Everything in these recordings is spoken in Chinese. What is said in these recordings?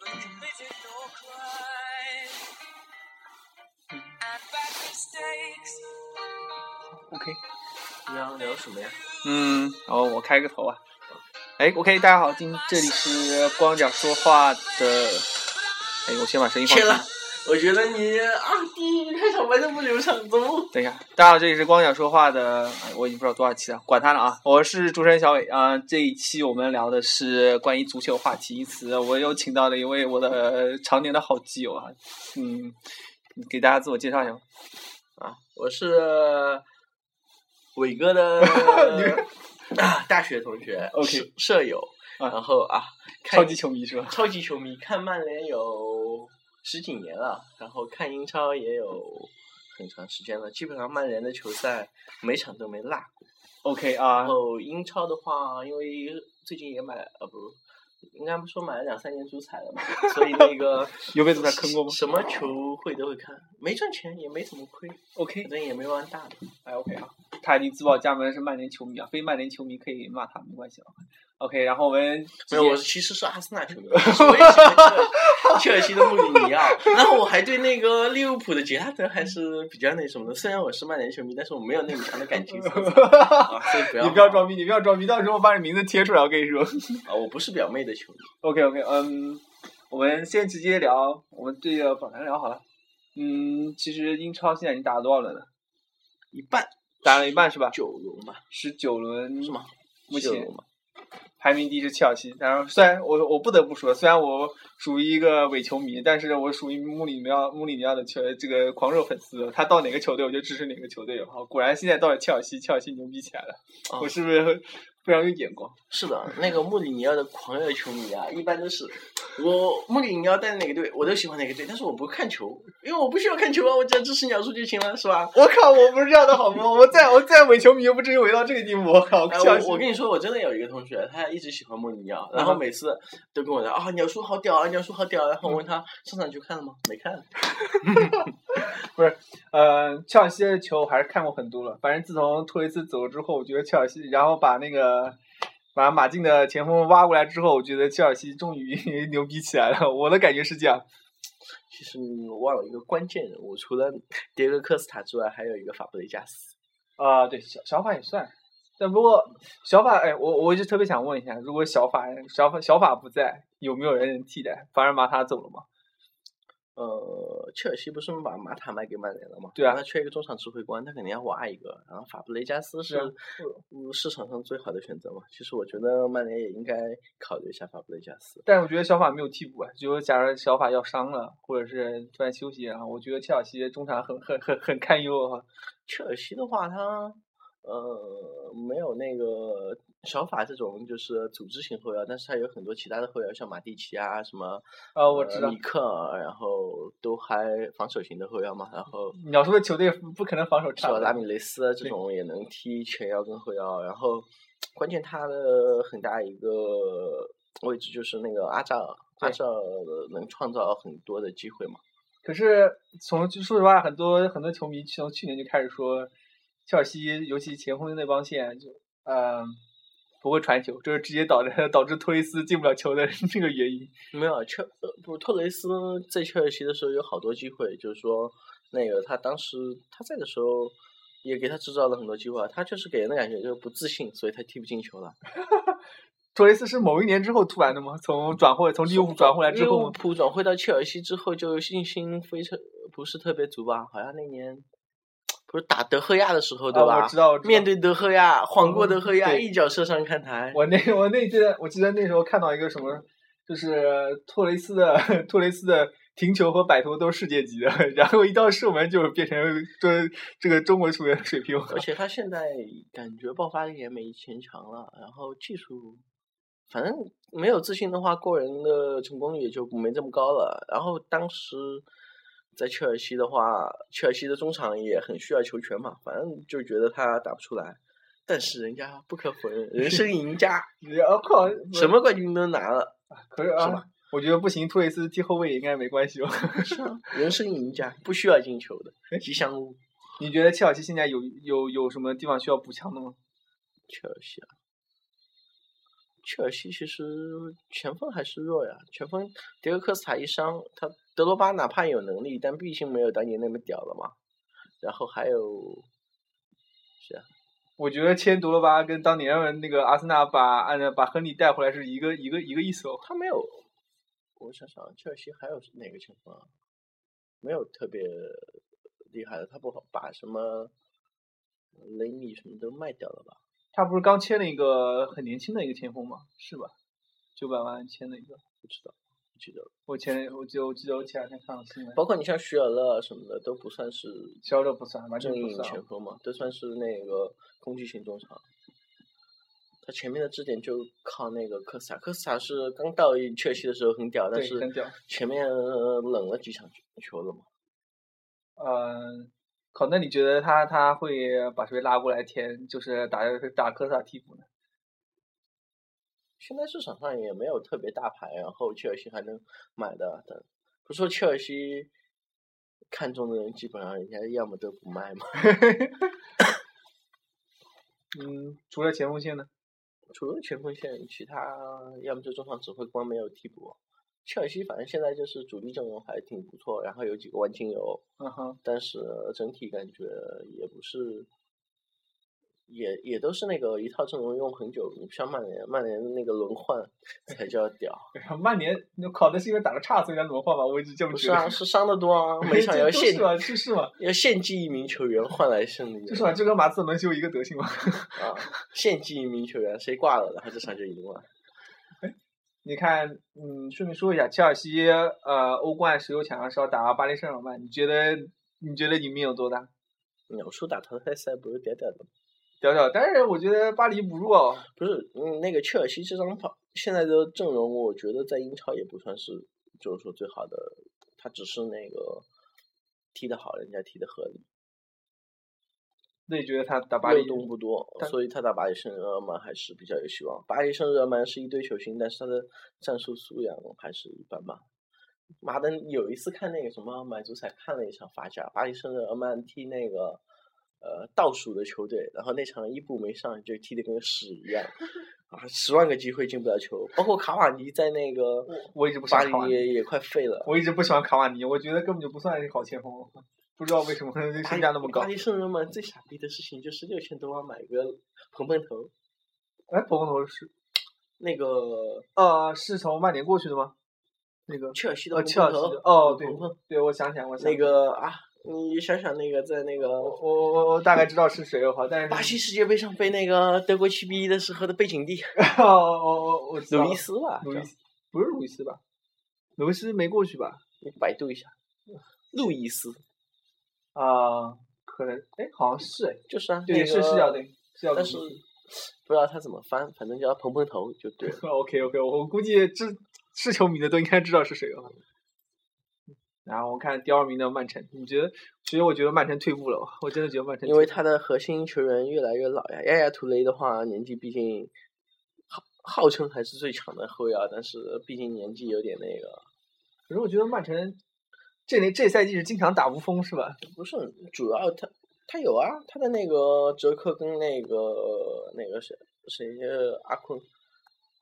but the pigeon don't cry. And bad mistakes OK，你要聊什么呀？嗯，然后我开个头啊。哎，OK，大家好，今这里是光脚说话的。哎，我先把声音放切轻了。我觉得你啊，第一开场白就不流畅，怎么？等一下，大家好，这里是光脚说话的，哎，我已经不知道多少期了，管他了啊！我是主持人小伟啊、这一期我们聊的是关于足球话题，因此我又请到了一位我的呃常年的好基友啊，嗯，给大家自我介绍一下吧。啊，我是伟哥的 啊大学同学 OK 舍舍友，啊然后啊，看超级球迷是吧？超级球迷，看曼联有十几年了，然后看英超也有很长时间了，基本上曼联的球赛每场都没落过。 ？OK 啊然，后英超的话，因为最近也买呃不，应该说买了两三年足彩了嘛，所以那个 有被足彩坑过吗什么球会都会看，没赚钱也没怎么亏， ？OK，反正也没玩大的。哎 OK 啊，他已经自报家门是曼联球迷啊，非曼联球迷可以骂他没关系啊。OK，然后我们没有，我其实是阿森纳球迷，我也喜欢切尔切尔西的穆里尼奥，然后我还对那个利物浦的杰拉德还是比较那什么的。虽然我是曼联球迷，但是我没有那么强的 感情色彩啊，所以不要你不要装逼，你不要装逼，到时候我把你名字贴出来，我跟你说。啊，我不是表妹的球迷。 OK OK，嗯，我们先直接聊，我们对着榜单聊好了。嗯，其实英超现在已经打了多少轮了？一半打了一半是吧？九龙吧，十九轮是吗？目九前龙吧，排名第一是切尔西。然后虽然我我不得不说，虽然我属于一个伪球迷，但是我属于穆里尼奥穆里尼奥的球这个狂热粉丝，他到哪个球队我就支持哪个球队。好，果然现在到了切尔西，切尔西牛逼起来了。哦我是不是非常有眼光？是的，那个穆里尼奥的狂热球迷啊，一般都是我穆里尼奥带的哪个队，我都喜欢哪个队，但是我不看球，因为我不需要看球啊，我只要支持鸟叔就行了，是吧？ 我靠，我不是这样的好吗？我再我再伪球迷又不至于伪到这个地步。我靠，哎，切尔西我我跟你说，我真的有一个同学，他一直喜欢穆里尼奥，然后每次都跟我聊啊，鸟叔好屌啊，鸟叔好屌啊，然后我问他上场去看了吗？没看，呃，切尔西的球我还是看过很多了。反正自从托雷斯走了之后，我觉得切尔西，然后把那个把马竞的前锋挖过来之后，我觉得切尔西终于 牛逼起来了。我的感觉是这样。其实我忘了一个关键人物，除了迭戈科斯塔之外，还有一个法布雷加斯。啊、对，小小法也算，但不过小法，哎，我我就特别想问一下，如果小法小法小法不在，有没有人能替代？凡尔马塔走了吗？呃，切尔西不是把马塔卖给曼联了吗？对啊他缺一个中场指挥官，他肯定要挖一个。然后法布雷加斯是是啊嗯市场上最好的选择嘛。其实我觉得曼联也应该考虑一下法布雷加斯。但我觉得小法没有替补啊，就是假如小法要伤了，或者是突然休息啊，我觉得切尔西中场很很很很堪忧啊。切尔西的话，他呃没有那个小法这种就是组织型后腰，但是他有很多其他的后腰，像马蒂奇啊什么啊、我知道，米克尔，然后都还防守型的后腰嘛，然后。鸟叔的球队不可能防守是差吧？的。拉米雷斯啊这对种也能踢前腰跟后腰，然后关键他的很大一个位置就是那个阿扎尔，阿对扎尔能创造很多的机会嘛。可是从就说实话，很多很多球迷从去年就开始说，切尔西尤其前锋的那帮线就呃不会传球，这是直接导致 导致托雷斯进不了球的这个原因。没有，切呃不特雷斯在切尔西的时候有好多机会，就是说那个他当时他在的时候。也给他制造了很多机会啊，他就是给人的感觉就是不自信，所以他踢不进球了。托雷斯是某一年之后突然的吗？从转会从利物浦转回来之利后物吗，浦转会到切尔西之后，就信心非常不是特别足吧？好像那年不是打德赫亚的时候，对吧？啊，我知道，我知道面对德赫亚，晃过德赫亚，嗯对一脚射上看台。我那我那天我记得那时候看到一个什么，就是托雷斯的 托雷斯的停球和摆脱都是世界级的， 然后一到射门就变成这这个中国球员的水平。 而且他现在感觉爆发力也没以前强了，然后技术，反正没有自信的话，过人的成功率也就没这么高了。然后当时在切尔西的话，切尔西的中场也很需要球权嘛，反正就觉得他打不出来。但是人家不可否认，人生赢 家，我靠，什么冠军都拿了，可是是吧啊，我觉得不行，托雷斯踢后卫也应该没关系吧？ 是啊，人生赢家，不需要进球的吉祥物。你觉得切尔西现在有有有什么地方需要补强的吗？切尔西啊，切尔西其实前锋还是弱呀，前锋迭戈科斯塔一伤，他德罗巴哪怕有能力，但毕竟没有当年那么屌了嘛。然后还有，是啊，我觉得签德罗巴跟当年那个阿森纳把按把亨利带回来是一个一个一个意思哦。他没有，我想想，切尔西还有哪个前锋啊？没有特别厉害的，他不好把什么雷米什么都卖掉了吧？他不是刚签了一个很年轻的一个前锋吗？是吧？九百万签了一个，不知道，不记得了。我前我记得我记得我前两天看了新闻，包括你像徐尔勒啊什么的，都不算是肖热不算，完全正不义算啊哦前。锋嘛，都算是那个攻击型中场。他前面的支点就靠那个科斯塔，科斯塔是刚到 切尔西的时候很屌，但对，是很屌。前面呃冷了几场球了嘛。嗯，好，那你觉得他他会把谁拉过来填，就是打打科萨替补呢？现在市场上也没有特别大牌，然后切尔西还能买的，但不是说切尔西看中的人基本上人家要么都不卖嘛。嗯，除了前锋线呢？除了前锋线，其他要么就中场指挥官没有替补。切尔西反正现在就是主力阵容还挺不错，然后有几个万金油，嗯哼，但是整体感觉也不是，也也都是那个一套阵容用很久，你不像曼联，曼联的那个 轮换才叫屌。啊曼联那考的是因为打的差，所以才轮换吧，我一直这么不觉是得。啊，是伤的多 啊，每场这要就献是嘛，就是嘛，要献祭一名球员换来胜利就是嘛，这跟马刺门修一个德行嘛。 啊，献祭一名球员，谁挂了，然后这场就赢了。你看，嗯，顺便说一下，切尔西呃欧冠十六强是要打巴黎圣日耳曼，你觉得你觉得赢面有多大？鸟叔打淘汰赛不是屌屌的吗？屌屌，但是我觉得巴黎不弱哦。不是，嗯，那个切尔西这张牌现在的阵容，我觉得在英超也不算是，就是说最好的，他只是那个踢得好，人家踢得合理，那你觉得他打巴漏黎？洞不多但，所以他打巴黎圣日耳曼还是比较有希望。巴黎圣日耳曼是一堆球星，但是他的战术素养还是一般般。妈的，有一次看那个什么满足彩看了一场法甲，巴黎圣日耳曼踢那个呃倒数的球队，然后那场伊布没上，就踢得跟屎一 样，啊，十万个机会进不了球，包括卡瓦尼在那个我一直不喜巴欢卡瓦黎尼，也也快废了。我一直不喜欢卡瓦尼，我觉得根本就不算是好前锋，不知道为什么这巴身黎价那么高巴。黎圣日耳曼最傻逼的事情就是六千多万买个蓬蓬头，哎，博格头是那个呃是从曼联过去的吗？那个切尔西的呃蓬切尔蓬西头的，哦嗯对蓬蓬对，我想起来，我想那起来个啊，你想想那个在那我个我我我大概知道是谁了哈，但是巴西世界杯上被那个德国七比一的时候的背景地， 哦我我我知道鲁了伊斯吧，鲁伊叫斯不是鲁伊斯吧？鲁伊斯没过去吧？你百度一下，路易斯啊、可能哎好像是哎，就是啊，对、那个是是叫对是叫鲁但伊是斯。不知道他怎么翻，反正叫蓬蓬头就 对了。 OK OK，我估计这是球迷的都应该知道是谁了。然后我看第二名的曼城，你觉得？其实我觉得曼城退步了，我真的觉得曼城退因步为他的核心球员越来越老呀，亚亚图雷的话，年纪毕竟号号称还是最强的后腰，但是毕竟年纪有点那个，可是我觉得曼城这年这赛季是经常打无锋是吧？不是主要他他有啊，他的那个哲科跟那个那个谁谁呃阿坤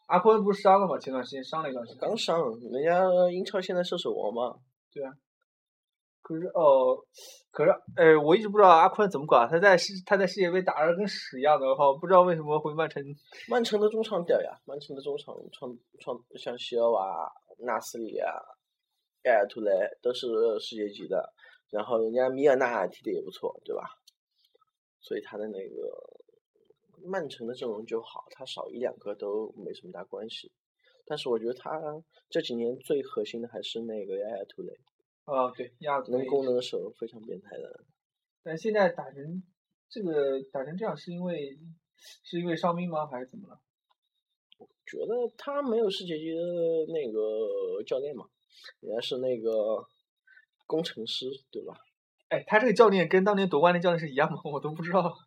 阿坤不是伤了吗？前段时间伤了一段时间。刚上，人家英超现在射手王嘛，可是哦，可是呃，我一直不知道阿坤怎么搞，他在世他在世界杯打的跟屎一样的话，不知道为什么回曼城。曼城的中场屌呀，曼城的中场创创像席尔瓦、纳斯里啊、亚亚图雷都是世界级的，然后人家米尔纳踢的也不错，对吧？所以他的那个曼城的阵容就好，他少一两个都没什么大关系。但是我觉得他这几年最核心的还是那个亚亚图雷，哦，对，亚足能攻能守，非常变态的。但现在打成这个打成这样，是因为是因为伤病吗？还是怎么了？觉得他没有世界级的那个教练嘛，人家是那个工程师，对吧？哎，他这个教练跟当年夺冠那教练是一样吗？ 我都不知道。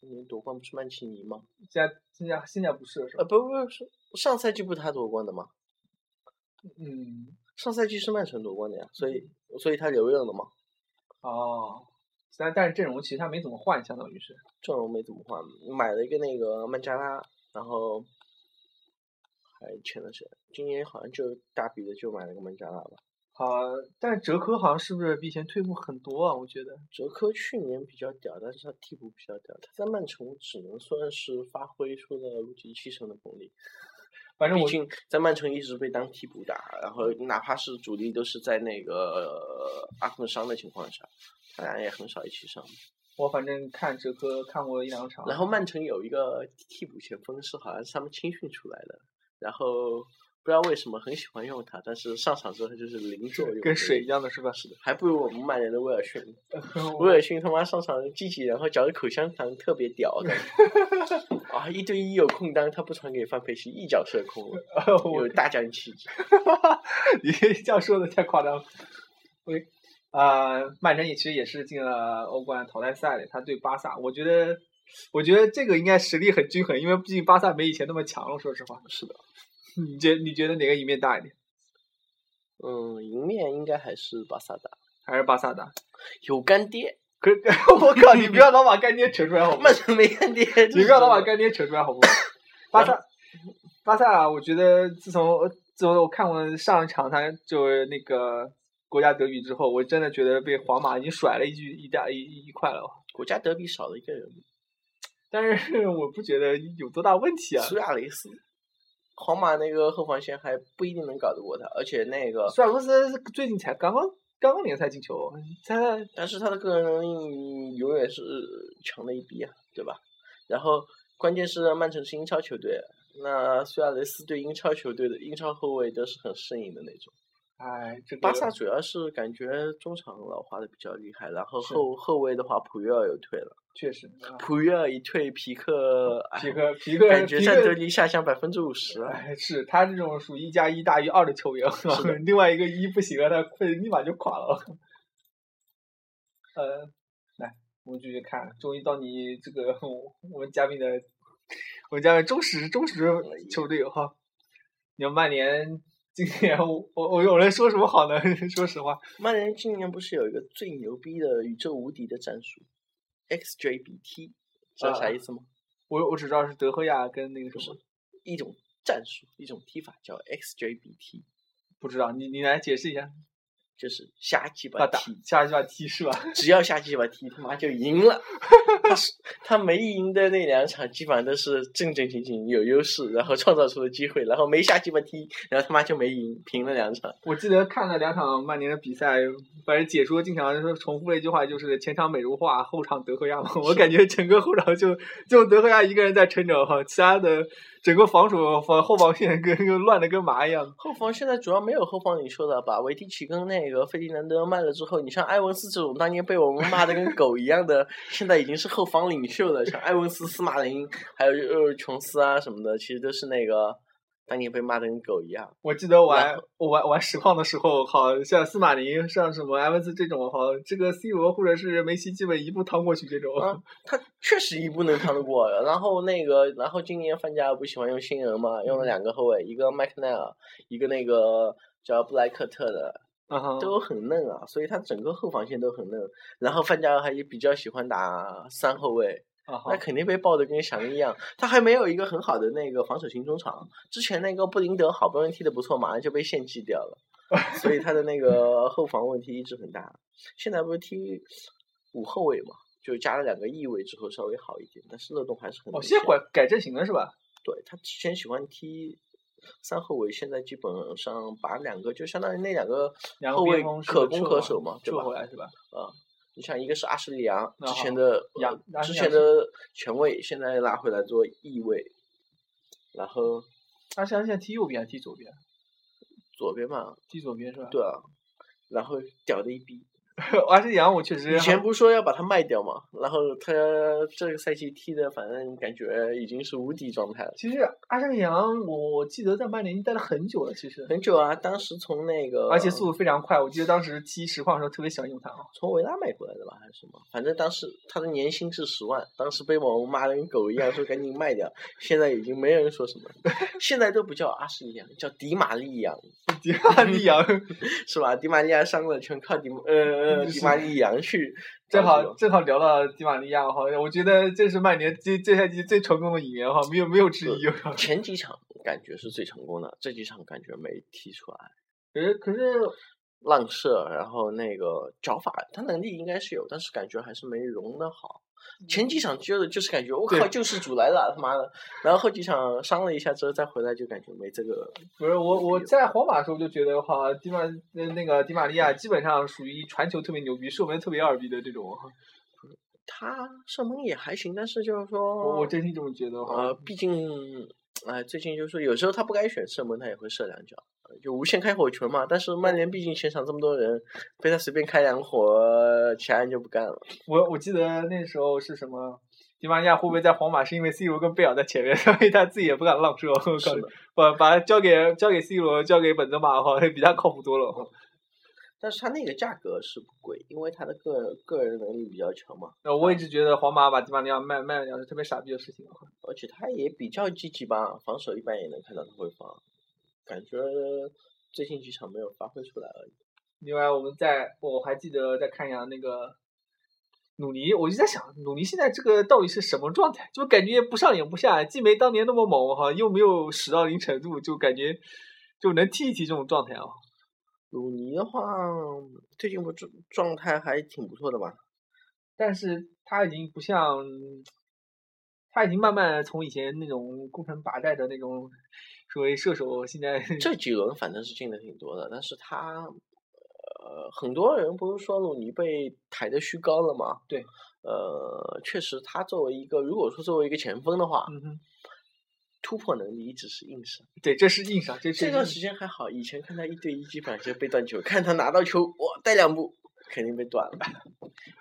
今年夺冠不是曼奇尼吗？现在现在现在不是了是呃，吧？不不不是，上赛季不是他夺冠的吗？嗯，上赛季是曼城夺冠的呀，所以所以他留任了嘛，哦，但但是阵容其实他没怎么换，相当于是。阵容没怎么换，买了一个那个曼加拉，然后还签了谁？今年好像就大笔的就买了个门加拉吧。好，但是哲科好像是不是比以前退步很多啊？我觉得，哲科去年比较屌，但是他替补比较屌，他在曼城只能算是发挥出了如己七成的功力。反正毕我竟在曼城一直被当替补打，然后哪怕是主力都是在那个阿坤伤的情况下，他俩也很少一起上。我反正看哲科看过一两场，然后曼城有一个替补前锋是好像是他们青训出来的，然后不知道为什么很喜欢用他，但是上场之后就是零作用，跟水一样的是吧？是的，还不如我们曼联的威尔逊。威 我尔逊他妈上场积极，然后嚼着口香糖，特别屌 的。啊，一对一有空当，他不传给范佩西，一脚射 空了，哦我有大将气质。你这样说的太夸张了。OK，呃，曼城也其实也是进了欧冠淘汰赛的，他对巴萨，我觉得，我觉得这个应该实力很均衡，因为毕竟巴萨没以前那么强了。说实话，是的，你觉你觉得哪个赢面大一点？嗯，赢面应该还是巴萨打，还是巴萨 大？嗯有干爹，可 我靠，你不要老把干爹扯出来好吗 曼？城没干爹， 你不要老把干。干爹扯出来好不 好？巴萨，巴萨，我觉得自从自从我看过上一场他就是那个国家德比之后，我真的觉得被皇马已经甩了一句一大一一一块了。国家德比少了一个人，但是 我不觉得有多大问题啊。苏亚雷斯，皇马那个后防线还不一定能搞得过他，而且那个，苏亚雷斯最近才刚刚刚刚联赛进球，才但是他的个人能力永远是强的一逼啊，对吧？然后关键是曼城是英超球队，那苏亚雷斯对英超球队的英超后卫都是很适应的那种。哎，这个巴萨主要是感觉中场老化的比较厉害，然后是后后卫的话，普约尔又退了，确实，啊普约尔一退，皮克，哎皮克皮克感觉 皮战斗克。力下降百分之五十。哎，是他这种属于一加一大于二的球员，另外一个一不行了，啊他会立马就垮了。呃，来，我们继续看，终于到你这个我我们嘉宾的，我们嘉宾忠实忠实球队友哈。你们曼联今年我我我有人说什么好呢？ 说实话，曼联今年不是有一个最牛逼的宇宙无敌的战术，XJBT，知道啥意思吗？我我只知道是德赫亚跟那个不什是么，一种战术，一种踢法叫 XJBT，不知道，你你来解释一下。就是瞎鸡把巴打踢，下一把踢是吧？只要瞎鸡巴踢，他妈就赢 了。他是他没赢的那两场，基本上都是正正经经有优势，然后创造出了机会，然后没瞎鸡巴踢，然后他妈就没赢，平了两场。我记得看了两场曼联的比赛，反正解说经常就是重复了一句话，就是前场美如画，后场德赫亚嘛。 我感觉整个后场就就德赫亚一个人在撑着哈，其他的整个防守防后防线跟跟乱的跟麻一样。后防现在主要没有后防领袖了，把维蒂奇跟那个费迪南德卖了之后，你像埃文斯这种当年被我们骂的跟狗一样的，现在已经是后防领袖了。像埃文斯、司马林，还有呃琼斯啊什么的，其实都是那个当年被骂的跟狗一样。我记得玩然我玩玩实况的时候，好像司马林像什么埃文斯这种，好这个 C 罗或者是梅西，基本一步趟过去这种。啊他确实一步能趟得过。然后那个，然后今年范加尔不喜欢用新人嘛，用了两个后卫，一个麦克奈尔，一个那个叫布莱克特的，嗯哼，都很嫩啊，所以他整个后防线都很嫩。然后范加尔还比较喜欢打三后卫，嗯那哼肯定被爆的跟翔一样。他还没有一个很好的那个防守型中场，之前那个布林德好不容易踢得不错，马上就被献祭掉 了，所以他的那个后防问题一直很大。现在不是踢五后卫嘛，就加了两个翼卫之后稍微好一点，但是漏洞还是很明哦，现在改改阵型了是吧？对他之前喜欢踢三后卫，现在基本上把两个就相当于那两个两个后卫边锋是可攻撤可回守嘛，对撤吧？回来是吧？啊、你像一个是阿什利杨那之前好的呃杨啊阿什之利前杨是的前卫，现在拉回来做翼卫，然后他现在现在踢右边还是踢左边？左边嘛，踢左边是吧？对啊，然后屌的一逼。阿什扬我确实以前不是说要把他卖掉嘛，然后他这个赛季踢的，反正感觉已经是无敌状态了。其实阿山羊，我我记得在曼联待了很久了，其实，很久啊，当时从那个而且速度非常快。我记得当时踢实况的时候特别喜欢用它 啊。从维拉买回来的吧，还是什么？反正当时他的年薪是十万，当时被我们骂的跟狗一样，说赶紧卖掉。现在已经没人说什么了， 现在都不叫阿什利杨，叫迪玛利杨，迪亚利扬，是吧？迪玛利亚伤了，全靠迪呃呃迪马利扬去正找好这种，正好聊到迪玛利亚哈，我觉得这是曼联这这赛季最成功的引援哈，没有没有之一。啊前几场感觉是最成功的，这几场感觉没踢出来。 可是可是浪射，然后那个脚法，他能力应该是有，但是感觉还是没融的好。前几场就是就是感觉我嗯对靠救世主来了，他妈的！然后后几场伤了一下之后再回来，就感觉没这个。不是我我在皇马的时候就觉得哈，迪玛呃那个迪玛利亚基本上属于传球特别牛逼，射门特别二逼的这种。他射门也还行，但是就是说，我我真心这么觉得呃哈。，毕竟哎，最近就是说有时候他不该选射门，他也会射两脚，呃就无限开火权嘛。但是曼联毕竟前场这么多人，被他随便开两火，其他人就不干了。我我记得那时候是什么？迪玛利亚会不会在皇马是因为 C 罗跟贝尔在前面， 所以他自己也不敢浪射？我靠是的，把把交给交给 C 罗，交给本泽马哈，比他靠谱多了哈。但是他那个价格是不贵，因为他的个个人能力比较强嘛。呃，我一直觉得皇马把迪玛利亚卖卖掉是特别傻逼的事情。而且他也比较积极吧，防守一般也能看到他会防，感觉最近几场没有发挥出来而已。另外，我们在我还记得再看一下那个努尼，我就在想，努尼现在这个到底是什么状态？就感觉不上也不下，既没当年那么猛哈，又没有使到零程度，就感觉就能踢一踢这种状态啊。鲁尼的话，最近不状状态还挺不错的吧？但是他已经不像，他已经慢慢从以前那种攻城拔寨的那种所谓射手，现在这几轮反正是进的挺多的，但是他，呃，很多人不是说鲁尼被抬得虚高了吗？对，呃，确实，他作为一个，如果说作为一个前锋的话，嗯哼，突破能力一直是硬伤。对，这是硬伤，这是这硬段伤时间还好，以前看他一对一基本上就被断球，看他拿到球，哇，带两步肯定被断了。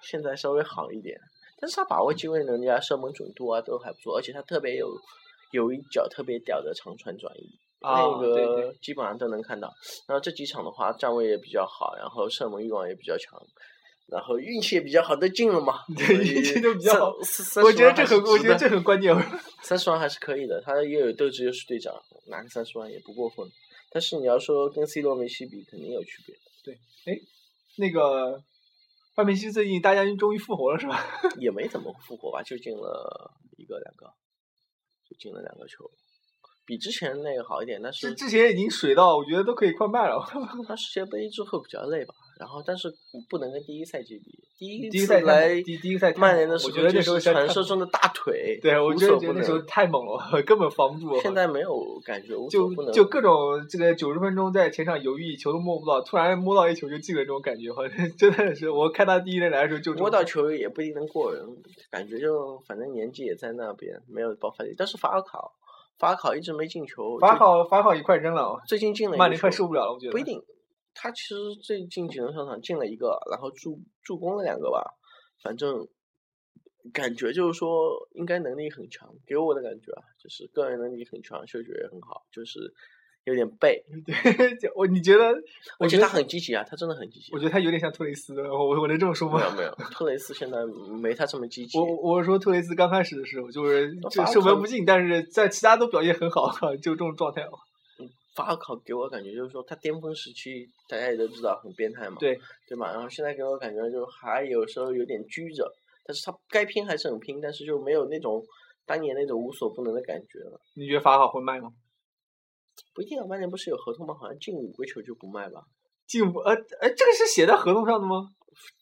现在稍微好一点，但是他把握机会能力啊、射门准度啊都还不错，而且他特别有有一脚特别屌的长传转移，啊，那对对个基本上都能看到。然后这几场的话，站位也比较好，然后射门欲望也比较强，然后运气也比较好，都进了嘛。 对所运以气都比较三好三三我十觉得万这还是很，我值觉得得这很关键。三十万还是可以的，他又有斗志又是队长，拿个三十万也不过分。但是你要说跟 C 罗、梅西比，肯定有区别。那个范佩西最近大家终于复活了是吧？也没怎么复活吧，就进了一个两个，就进了两个球，比之前那个好一点。但之是之前已经水到，我觉得都可以快卖了。他世界杯之后比较累吧，然后但是不能跟第一赛季比，第一第一次赛季来第第一赛季曼联的我时觉候得那就时候是在传看说中的大腿，对，我无真的所觉得不那时候能。太猛了， 根本防不住。现在没有感觉无所就不能，就各种这个九十分钟在前场犹豫，球都摸不到，突然摸到一球就进了，这种感觉，好像真的是我看他第一轮来的时候就这种摸到球也不一定能过人，感觉就反正年纪也在那边，没有爆发力。但是法尔考，法尔考一直没进球，法最考法考也快扔了，啊最近进了一曼个联快球受不了了，我觉得不一定，他其实最近几轮上场进了一个，然后助助攻了两个吧，反正感觉就是说应该能力很强，给我的感觉啊，就是个人能力很强，嗅觉也很好，就是有点背， 对，就我你觉得？我而觉且得他很积极啊，他真的很积极我。觉得他有点像托雷斯，我我能这么说吗没？有没有，特雷斯现在没他这么积极。我我是说特雷斯刚开始的时候，就是那这法尔射门考不进，但是在其他都表现很好， 就这种状态。啊法尔考给我感觉就是说，他巅峰时期大家也都知道很变态嘛，对对吧？然后现在给我感觉就还有时候有点拘着，但是他该拼还是很拼，但是就没有那种当年那种无所不能的感觉了。你觉得法尔考会卖吗？不一定啊，曼联不是有合同吗？好像进五个球就不卖吧？进一步呃呃，这个是写在合同上的吗？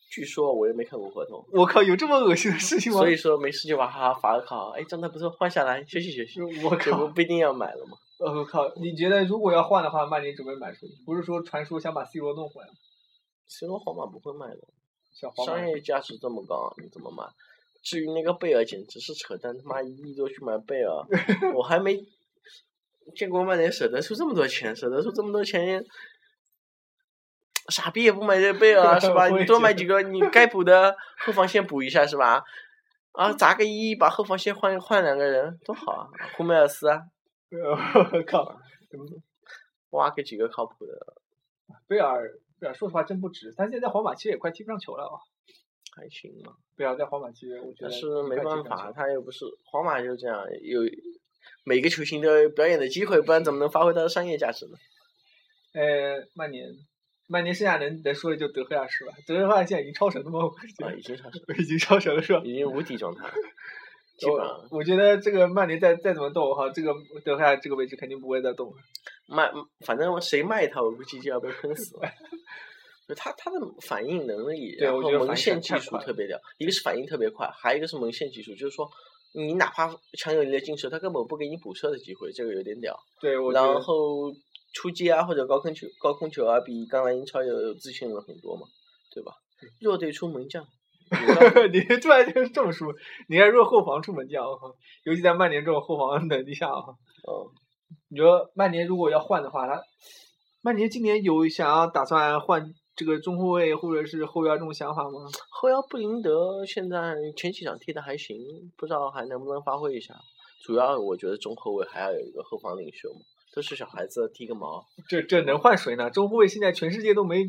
据说我也没看过合同，我靠，有这么恶心的事情吗？所以说没事就把哈法尔考，哎，状态不错，换下来休息休息。我这不靠，不一定要买了吗？呃我靠，你觉得如果要换的话，曼联准备买谁？不是说传说想把 C 罗弄回来吗， C 罗皇马不会卖的，想皇马商业价值这么高，你怎么买？至于那个贝尔，简直是扯淡！他妈一亿多去买贝尔， 我还没见过曼联舍得出这么多钱，舍得出这么多钱，傻逼也不买这贝尔啊，是吧？ 我也你多觉买得几个，你该补的后防线补一下，是吧？啊，砸个一，把后防线换换两个人，多好啊！胡梅尔斯啊，呃 我靠，挖个几个靠谱的，贝尔贝尔，说实话真不值。但现在皇马其实也快踢不上球了啊。还行嘛。贝尔在皇马其实我觉得但是没快踢办不上球法，他又不是皇马就这样，有每个球星都有表演的机会，不然怎么能发挥他的商业价值呢？呃，曼联曼联剩下能能说的就德赫亚是吧？德赫亚现在已经超神了吗？我感啊，已觉经上升， 已经超神了是吧？已经无敌状态了，基本我上我觉得这个曼联再再怎么动哈，这个德赫亚这个位置肯定不会再动了。卖，反正谁卖他，我估计就要被喷 死了。就他他的反应能力，对然我后觉得门反应线太技太术快特别屌，一个是反应特别快，还有一个是门线技术，就是说你哪怕强有力的进球，他根本不给你补射的机会，这个有点屌。对，我觉得然后出击啊，或者高空球、高空球啊，比刚来英超有自信了很多嘛，对吧？嗯弱队出门将，有道 理你突然就是这么说，你看若后防出门将，尤其在曼联这种后防能力下啊，嗯，你说曼联如果要换的话，他曼联今年有想要打算换这个中后卫或者是后腰这种想法吗？后腰布林德现在前几场踢的还行，不知道还能不能发挥一下。主要我觉得中后卫还要有一个后防领袖嘛，都是小孩子，踢个毛。这这能换谁呢？中后卫现在全世界都没，，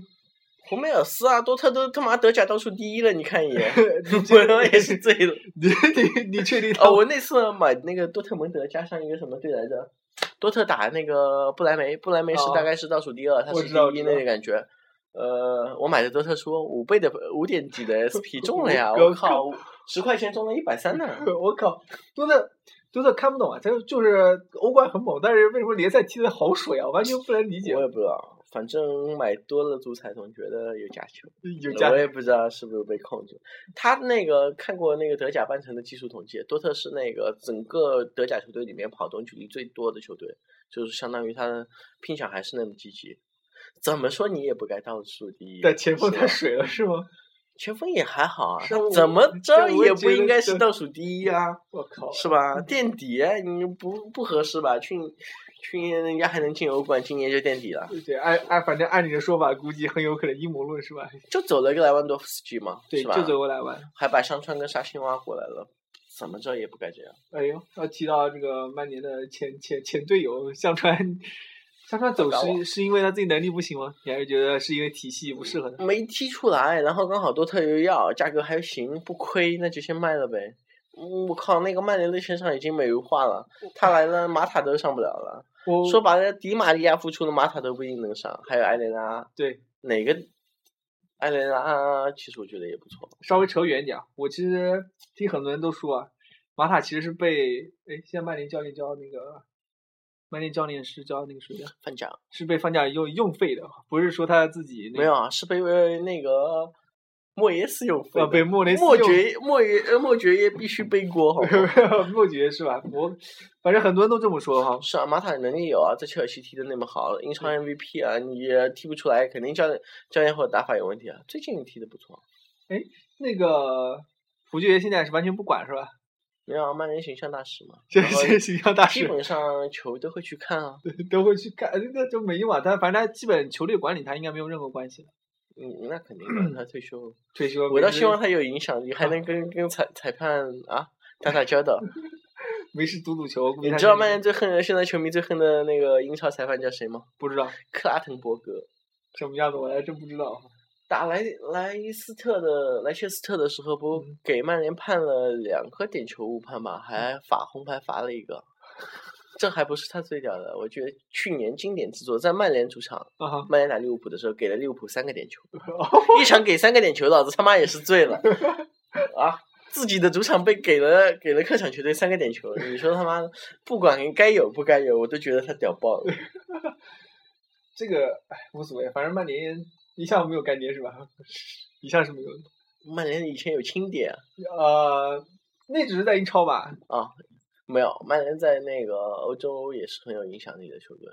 红梅尔斯啊，多特都他妈德甲倒数第一了，你看一眼 你我确他妈也是醉了。你 你你确定他 哦，我那次买那个多特蒙德加上一个什么队来着？多特打那个布莱梅，布莱梅是哦大概是倒数第二，他我是知道第一知道那个感觉。呃，我买的多特说五倍的五点几的 SP 中了呀！我我靠，十块钱中了一百三呢！我靠，多特多特看不懂啊，他就是欧冠很猛，但是为什么联赛踢的好水啊？完全不 能理解我。也不知道，反正买多了足彩总觉得有假球，有加我也不知道是不是被控制。他那个看过那个德甲半程的技术统计，多特是那个整个德甲球队里面跑动距离最多的球队，就是相当于他的拼抢还是那么积极。怎么说你也不该倒数第一，的前锋是啊太吧水了是吗？ 前锋也还好啊，是他我怎么但着我也觉也不得应该是这倒数第一啊，我靠，是吧？垫底啊你不不合适吧？去去年人家还能进欧冠，今年就垫底了。 对，按按反正按你的说法，估计很有可能阴谋论是吧？就走了一个莱万多夫斯基嘛，对，是吧？就走过来玩。还把商川跟沙青挖过来了，怎么着也不该这样。哎呦，要提到这个曼联的前前前队友香川，香川走糟糕是是因为他自己能力不行吗？你还是觉得是因为体系不适合他？没踢出来，然后刚好多特又要，价格还行，不亏，那就先卖了呗。嗯我靠，那个曼联的前场已经美如画了，他来了马塔都上不了了。我说白了，迪玛利亚复出了，马塔都不一定能上，还有埃雷拉，对，哪个？埃雷拉其实我觉得也不错，稍微扯远一点啊，我其实听很多人都说啊，马塔其实是被哎，现在曼联教练叫那个，曼联教练是叫那个谁的？范加是被放假用用废的，啊不是说他自己、那个、没有啊，是被呃那个莫耶斯用废呃的，被莫雷斯莫用爵莫耶呃莫爵也必须背锅，好吗？ 莫爵是吧？我反正很多人都这么说哈。是啊，马塔能力有啊，在切尔西踢的那么好，英超 MVP 啊，你也踢不出来，肯定教练教练或者打法有问题啊。最近踢的不错，那个胡爵爷现在是完全不管是吧？没有啊曼联形象大使嘛，这然后这形象大基使本上球都会去看啊。都会去看，那就没用啊。他反正他基本球队管理他应该没有任何关系了。嗯，那肯定 的，他退休了，退休了，我倒没事希望他有影响力，还 能跟跟裁裁判啊打打交道。没事赌赌球。估计你他知道是曼联最恨的现在球迷最恨的那个英超裁判叫谁吗？不知道克拉滕伯格。什么样子？我还真不知道。打莱莱斯特的莱切斯特的时候，不嗯给曼联判了两个点球误判嘛，还罚红牌罚了一个，这还不是他最屌的。我觉得去年经典之作，在曼联主场，啊哈，曼联打利物浦的时候给了利物浦三个点球，一场给三个点球，老子他妈也是醉了啊！自己的主场被给了给了客场球队三个点球，你说他妈不管该有不该有，我都觉得他屌爆了。这个哎无所谓，反正曼联一向没有干爹是吧？ 一向是没有的。曼联以前有钦点啊。呃，那只是在英超吧？啊，没有，曼联在那个欧洲也是很有影响力的球队，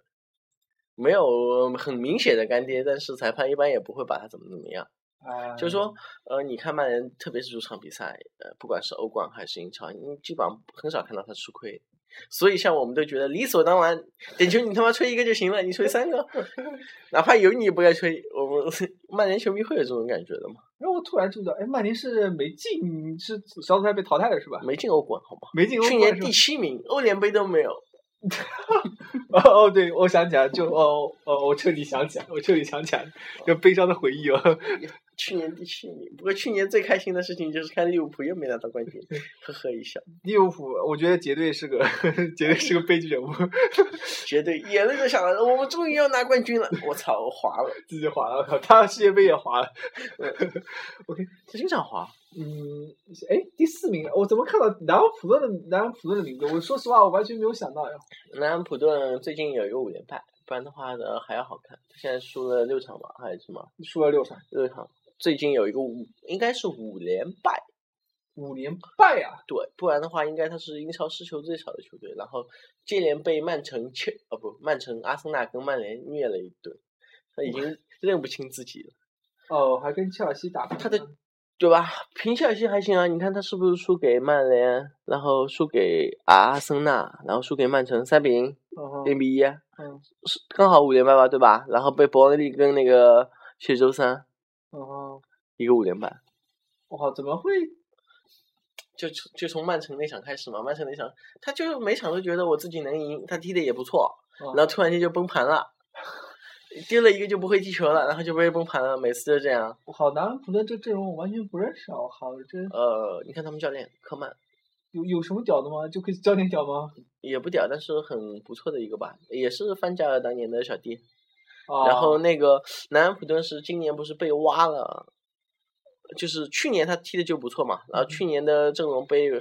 没有很明显的干爹，但是裁判一般也不会把他怎么怎么样。啊，就是说，呃，你看曼联，特别是主场比赛，呃，不管是欧冠还是英超，你基本上很少看到他吃亏。所以，像我们都觉得理所当然，点球你他妈吹一个就行了，你吹三 个，哪怕有你也不该吹。我们曼联球迷会有这种感觉的嘛？然后我突然注意到，哎，曼联是没进，是小组赛被淘汰了是吧？没进欧冠好吗？没进欧去冠年是吧第七名，欧联杯都没有， 哦哦，对，我想起来，就哦哦，我彻底想起来，我彻底想起来，就悲伤的回忆哦。去年第七名，不过去年最开心的事情就是看利物浦又没拿到 冠军，呵呵一笑，利物浦，我觉得杰队是个杰队是个悲剧人物，绝对眼泪都想了，我们终于要拿冠军了，我操，我滑了，自己滑了，我靠，他世界杯也滑了。他经常滑，嗯，哎，第四名，我怎么看到南安普顿的南安普顿的名字？我说实话，我完全没有想到呀。南安普顿最近有一个五连败，不然的话呢还要好看，现在输了六场吧，还是什么输了六场，六场，最近有一个五，应该是五连败。五连败啊！对，不然的话，应该他是英超失球最少的球队，然后接连被曼城切哦不，曼城、阿森纳跟曼联虐了一顿，他已经认不清自己了，哦，还跟切尔西打平了。他的对吧？平切尔西还行啊，你看他是不是输给曼联，然后输给阿森纳，然后输给曼城三比零、嗯哼零比一，嗯是刚好五连败吧，对吧？然后被伯恩利跟那个谢周三嗯哼，一个五连败。我靠，怎么会？就从就从曼城那场开始嘛，曼城那场他就每场都觉得我自己能赢，他踢的也不错，哦然后突然间就崩盘了， 丢了一个就不会踢球了，然后就被崩盘了，每次都这样。我靠，南安普顿这阵容我完全不认识啊！我靠，这呃，你看他们教练科曼有有什么屌的吗？就可以教点屌吗？也不屌，但是很不错的一个吧，也是范加尔当年的小弟。啊、然后那个南安普顿是今年不是被挖了，就是去年他踢的就不错嘛，然后去年的阵容被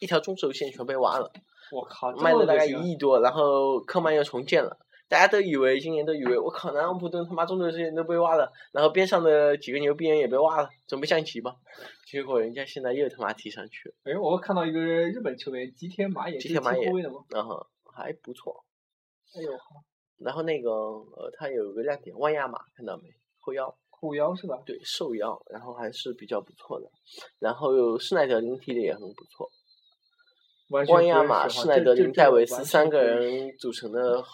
一条中轴线全被挖了。我靠，卖了大概亿。一亿多，然后科曼又重建了，大家都以为今年都以为我靠，南安普顿他妈中队这些人都被挖了，然后边上的几个牛逼人也被挖了，准备降级吧，结果人家现在又他妈提上去了，哎，我看到一个日本球员吉田麻也，吉就是田麻踢也后卫的吗？然后还不错，哎呦，然后那个呃，他有个亮点，万亚马看到没？后腰后腰是吧？对瘦腰，然后还是比较不错的，然后施耐德林踢的也很不错，完全万不亚认马、识啊施耐德这林、这戴维这我完斯全三个不认识人组成的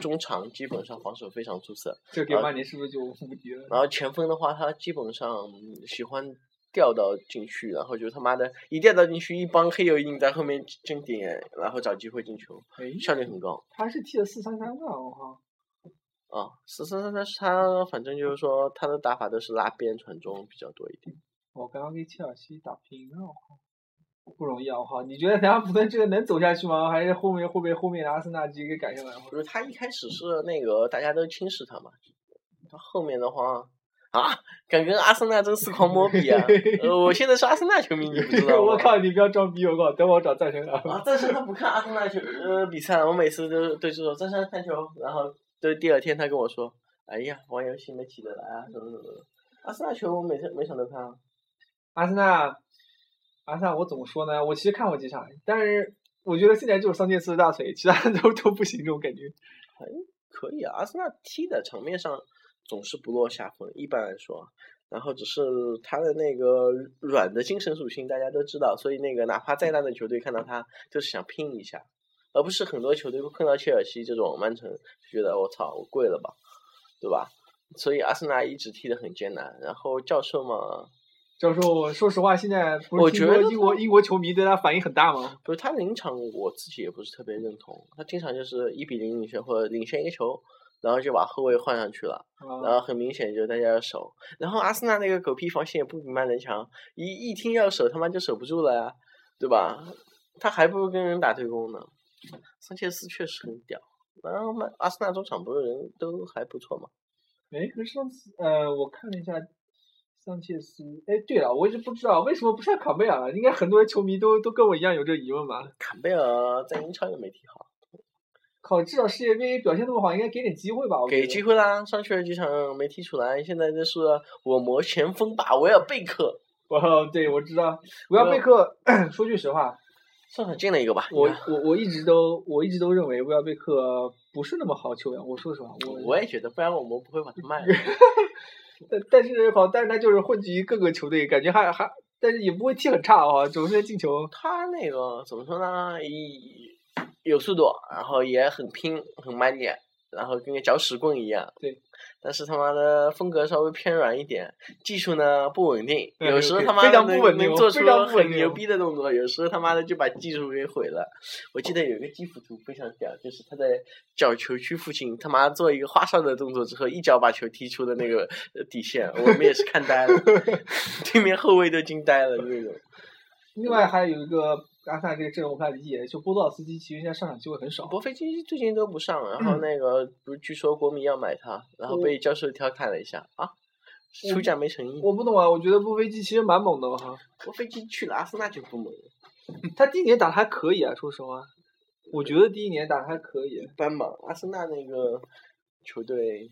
中场，基本上防守非常出色。这给曼联是不是就无敌了？然后前锋的话，他基本上喜欢调到禁区，然后就他妈的一调到禁区，一帮黑油印在后面争点，然后找机会进球，哎，效率很高他是踢了四三三的，我靠！啊。十三三三是他，反正就是说他的打法都是拉边传中比较多一点。我刚刚跟切尔西打平了，我靠，不容易啊！我靠，你觉得南安普顿这个能走下去吗？还是后面会被后面的阿森纳直接给赶下来吗？不是他一开始是那个大家都轻视他嘛，他后面的话啊，敢跟阿森纳真是狂魔比啊！呃，我现在是阿森纳球迷，你不知道啊吗 我靠，你不要装逼！我靠，等会儿我找战神聊。啊，战神他不看阿森纳球呃比赛，我每次都都是说战神看球，然后都第二天他跟我说，哎呀，玩游戏没起得来啊，什么什么的。阿森纳球我每次每场都看啊，阿森纳，阿森纳，我怎么说呢？我其实看过几场，但是我觉得现在就是桑切斯的大腿，其他 都都不行，这种感觉。可以啊，阿森纳踢的场面上总是不落下风，一般来说啊。然后只是他的那个软的精神属性大家都知道，所以那个哪怕再烂的球队看到他就是想拼一下，而不是很多球队会碰到切尔西这种曼城就觉得我操我跪了吧，对吧？所以阿森纳一直踢得很艰难。然后教授嘛，教授，说实话，现在不我是听觉说得英国他英国球迷对他反应很大 吗？不是他临场我自己也不是特别认同，他经常就是一比零领先或者领先一个球，然后就把后卫换上去了。然啊，后很明显就是大家要守，然后阿森纳那个狗屁防线也不比曼联强，一一听要守他妈就守不住了呀，对吧？他还不如跟人打对攻呢。桑切斯确实很屌，然后曼阿森纳中场不是人都还不错嘛？哎，可是上次呃，我看了一下桑切斯，哎，对了，我一直不知道为什么不上坎贝尔了，应该很多球迷都都跟我一样有这疑问吧？坎贝尔在英超也没踢好，靠，至少世界杯表现那么好，应该给点机会吧？我觉给得机会啦，上去了几场没踢出来，现在就是我魔前锋吧，维尔贝克 哦，对，我知啊道，维尔贝克。 说句实话，上场进了一个吧？你我看我我一直都我一直都认为维尔贝克不是那么好球员。我说实话，我我也觉得，不然我们不会把他卖了。但但是好，但是他就是混迹于各个球队，感觉还还，但是也不会踢很差啊，总是在进球。他那个怎么说呢？一有速度，然后也很拼，很慢点，然后跟个搅屎棍一样。对。但是他妈的风格稍微偏软一点，技术呢不稳定，对有时候对他妈非的常能不稳定能做出非常不稳很定牛逼的动作，有时候他妈的就把技术给毁了。我记得有一个基辅图非常屌，就是他在角球区附近他妈做一个花哨的动作之后，一脚把球踢出的那个呃底线，我们也是看呆 了，对面后卫都惊呆了那种。另外还有一个阿森纳这个阵容我不太理解，就波多尔斯基其实现在上场机会很少。博飞机最近都不上，然后那个不是据说国米要买他，然后被教授调侃了一下啊，出价没诚意。我不懂啊，我觉得波菲基其实蛮猛的哈，博飞机去了阿森纳就不猛了，他第一年打得还可以啊，说实话，我觉得第一年打得还可以一。般吧。阿森纳那个球队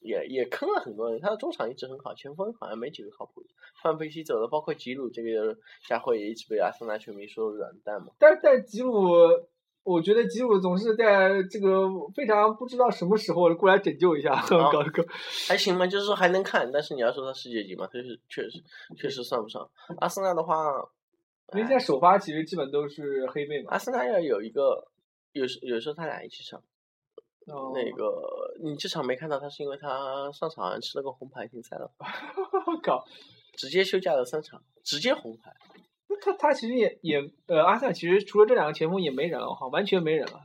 也也坑了很多人，他的中场一直很好，前锋好像没几个靠谱的。范佩西走了，包括吉鲁这个家伙也一直被阿森纳球迷说软蛋嘛。但是但吉鲁，我觉得吉鲁总是在这个非常不知道什么时候过来拯救一下， 搞一个。还行吧，就是说还能看，但是你要说他世界级嘛，就是确实确实算不上。阿森纳的话，因为现在首发其实基本都是黑背嘛阿，森纳要有一个，有时有时候他俩一起上。哦 那个你这场没看到他，是因为他上场好像吃了个红牌停赛了，我靠， 直接休假了三场，直接红牌。那他他其实也也呃，阿森纳其实除了这两个前锋也没人了哈，完全没人了。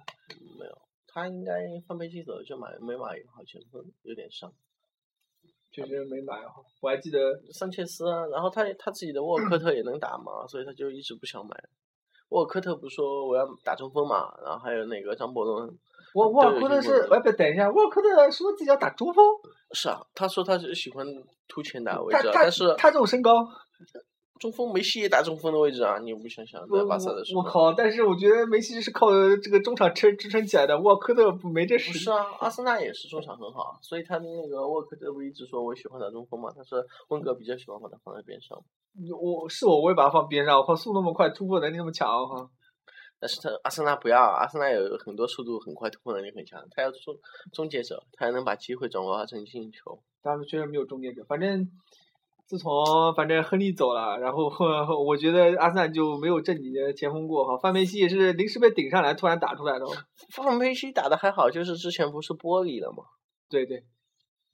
没有，他应该范佩西走了就买没买一个好前锋，有点伤。就是没买哈，我还记得桑切斯啊，然后他他自己的沃尔科特也能打嘛，所以他就一直不想买。沃尔科特不说我要打中锋嘛，然后还有那个张伯伦，沃沃尔对科特有听是，过哎不，等一下，沃尔科特说自己要打中锋，是啊，他说他是喜欢突前打位他置啊，他但是他这种身高，中锋梅西也打中锋的位置啊，你不想想在我巴萨的时我候。靠！但是我觉得梅西是靠这个中场支支撑起来的，沃尔科特不没这不实是力。啊，阿森纳也是中场很好啊，所以他的那个沃克特不一直说我喜欢打中锋嘛，他说温格比较喜欢把他放在边上，我是我，我也把他放边上。我靠，速度那么快，突破能力那么强，我靠！但是他阿森纳不要啊，阿森纳有很多速度很快，突破能力很强，他要终终结者，他还能把机会转化成进球。他们确实没有终结者。反正自从反正亨利走了，然后 我觉得阿森纳就没有正经的前锋过哈。范佩西也是临时被顶上来，突然打出来的。哦范佩西打的还好，就是之前不是玻璃了嘛，对对，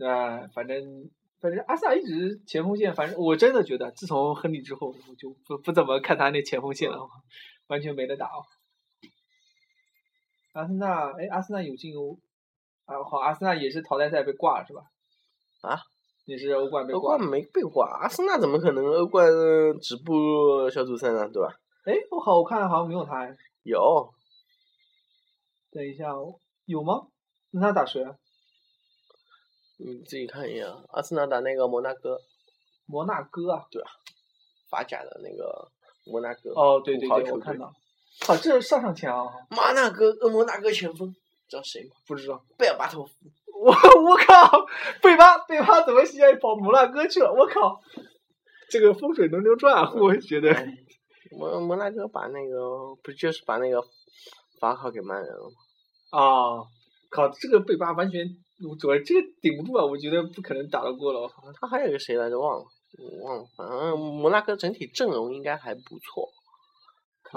啊，反正反正阿森纳一直前锋线，反正我真的觉得，自从亨利之后，我就不不怎么看他那前锋线了，哦完全没得打哦。阿森纳，哎，阿森纳有进欧，啊，好，阿森纳也是淘汰赛被挂了是吧？啊？也是欧冠被欧挂冠了。没被挂，阿森纳怎么可能欧冠呃止步小组赛呢？对吧？哎，我好，我看好像没有他哎。有等一下，有吗？那他打谁啊？你自己看一眼，啊，阿森纳打那个摩纳哥，摩纳哥啊？法甲的那个摩纳哥。哦，对对土豪对，球我看队到。啊，这是上上签啊！摩纳哥呃摩纳哥前锋，知道谁吗？不知道。贝尔巴托夫。 我我靠，贝巴贝巴怎么现在跑摩纳哥去了？我靠，这个风水轮流转啊，我觉 得。摩摩纳哥把那个不就是把那个法考给嗯卖人了吗？啊，靠，这个贝巴完全，我主要这个顶不住啊，我觉得不可能打得过了。我靠他还有一个谁来着？忘了，我忘了。反正嗯摩纳哥整体阵容应该还不错，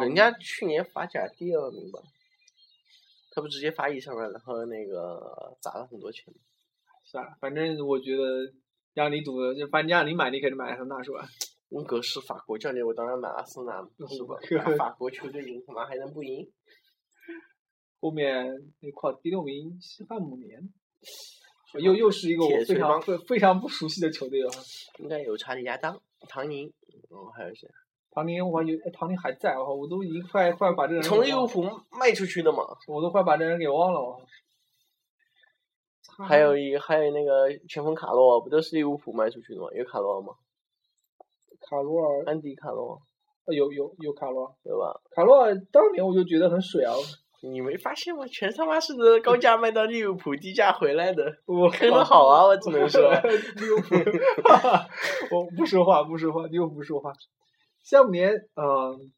人家去年法甲第二名吧。他不直接发意上来，然后那个砸了很多钱吗。算了，反正我觉得让你赌，就反正让你买，你肯定买阿森纳是吧？？温格是法国教练，我当然买阿森纳嘛，是吧 打法国球队赢，他妈还能不赢？后面那块第六名西汉姆联，又又是一个我铁非锤常帮非非常不熟悉的球队啊。应该有查理亚当、唐宁，然后还有谁？唐宁，我还有哎唐宁还在啊，我都已经快快把这个人从给利忘物了浦卖出去的嘛。我都快把这人给忘了哦。嗯还有一还有那个前锋卡洛，不都是利物浦卖出去的吗？有卡洛吗？卡罗尔，安迪卡洛，呃有有有卡罗尔，对吧？卡罗尔当年我就觉得很水啊，你没发现吗？全他妈是 的高价卖到利物浦，低价回来的，我坑的好啊！我只 能 说，利物浦， 我不说话不说话，利物浦不说话。下半年，嗯、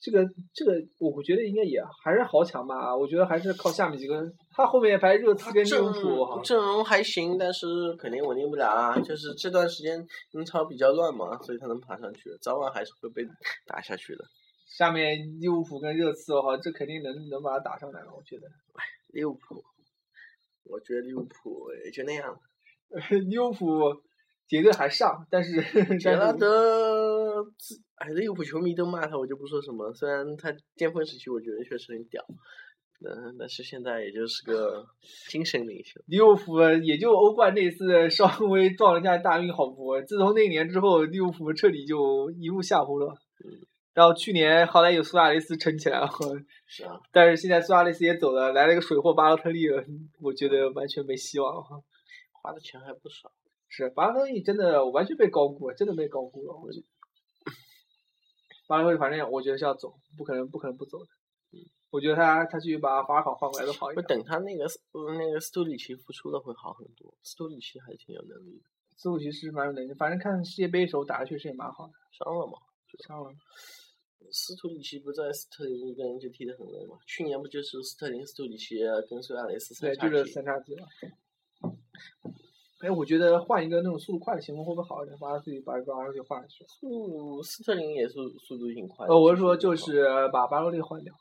这个这个，我觉得应该也还是豪强吧，我觉得还是靠下面几个，他后面排热刺跟利物浦哈阵。阵容还行，但是肯定稳定不了啊。就是这段时间英超比较乱嘛，所以他能爬上去，早晚还是会被打下去的。下面利物浦跟热刺哈，这肯定能能把他打上来的，我觉得。利物浦我觉得利物浦也就那样。 利物浦杰队还上，但是杰但拉是德自，哎，利物浦球迷都骂他，我就不说什么了。虽然他巅峰时期我觉得确实很屌，嗯，但是现在也就是 个精神领袖。利物浦也就欧冠那次稍微撞了一下大运，好不？自从那年之后，利物浦彻底就一路下坡了。然后去年好歹有苏亚雷斯撑起来了， 是啊，但是现在苏亚雷斯也走了，来了个水货巴洛特利了，我觉得完全没希望了。花的钱还不少。是巴洛特利真的完全被高估了，真的被高估了。我觉得巴洛特利反正我觉得是要走，不可能不可能不走的。我觉得他他去把法尔考换过来都好一我点。等他那个斯呃那个斯图里奇复出了会好很多，斯图里奇还挺有能力的，斯库奇是蛮有能力，反正看世界杯的时候打的确实也蛮好的。伤了嘛。上了斯图里奇不在，斯特林一个人就踢得很累嘛。去年不就是斯特林、斯图里奇啊跟苏亚雷斯三对，叉就戟是？三叉戟了。哎，我觉得换一个那种速度快的前锋会不会好一点？把他自己把把他给换下去。嗯，斯特林也速速度挺快的。呃，我是说，速就度挺快是把巴洛利换掉，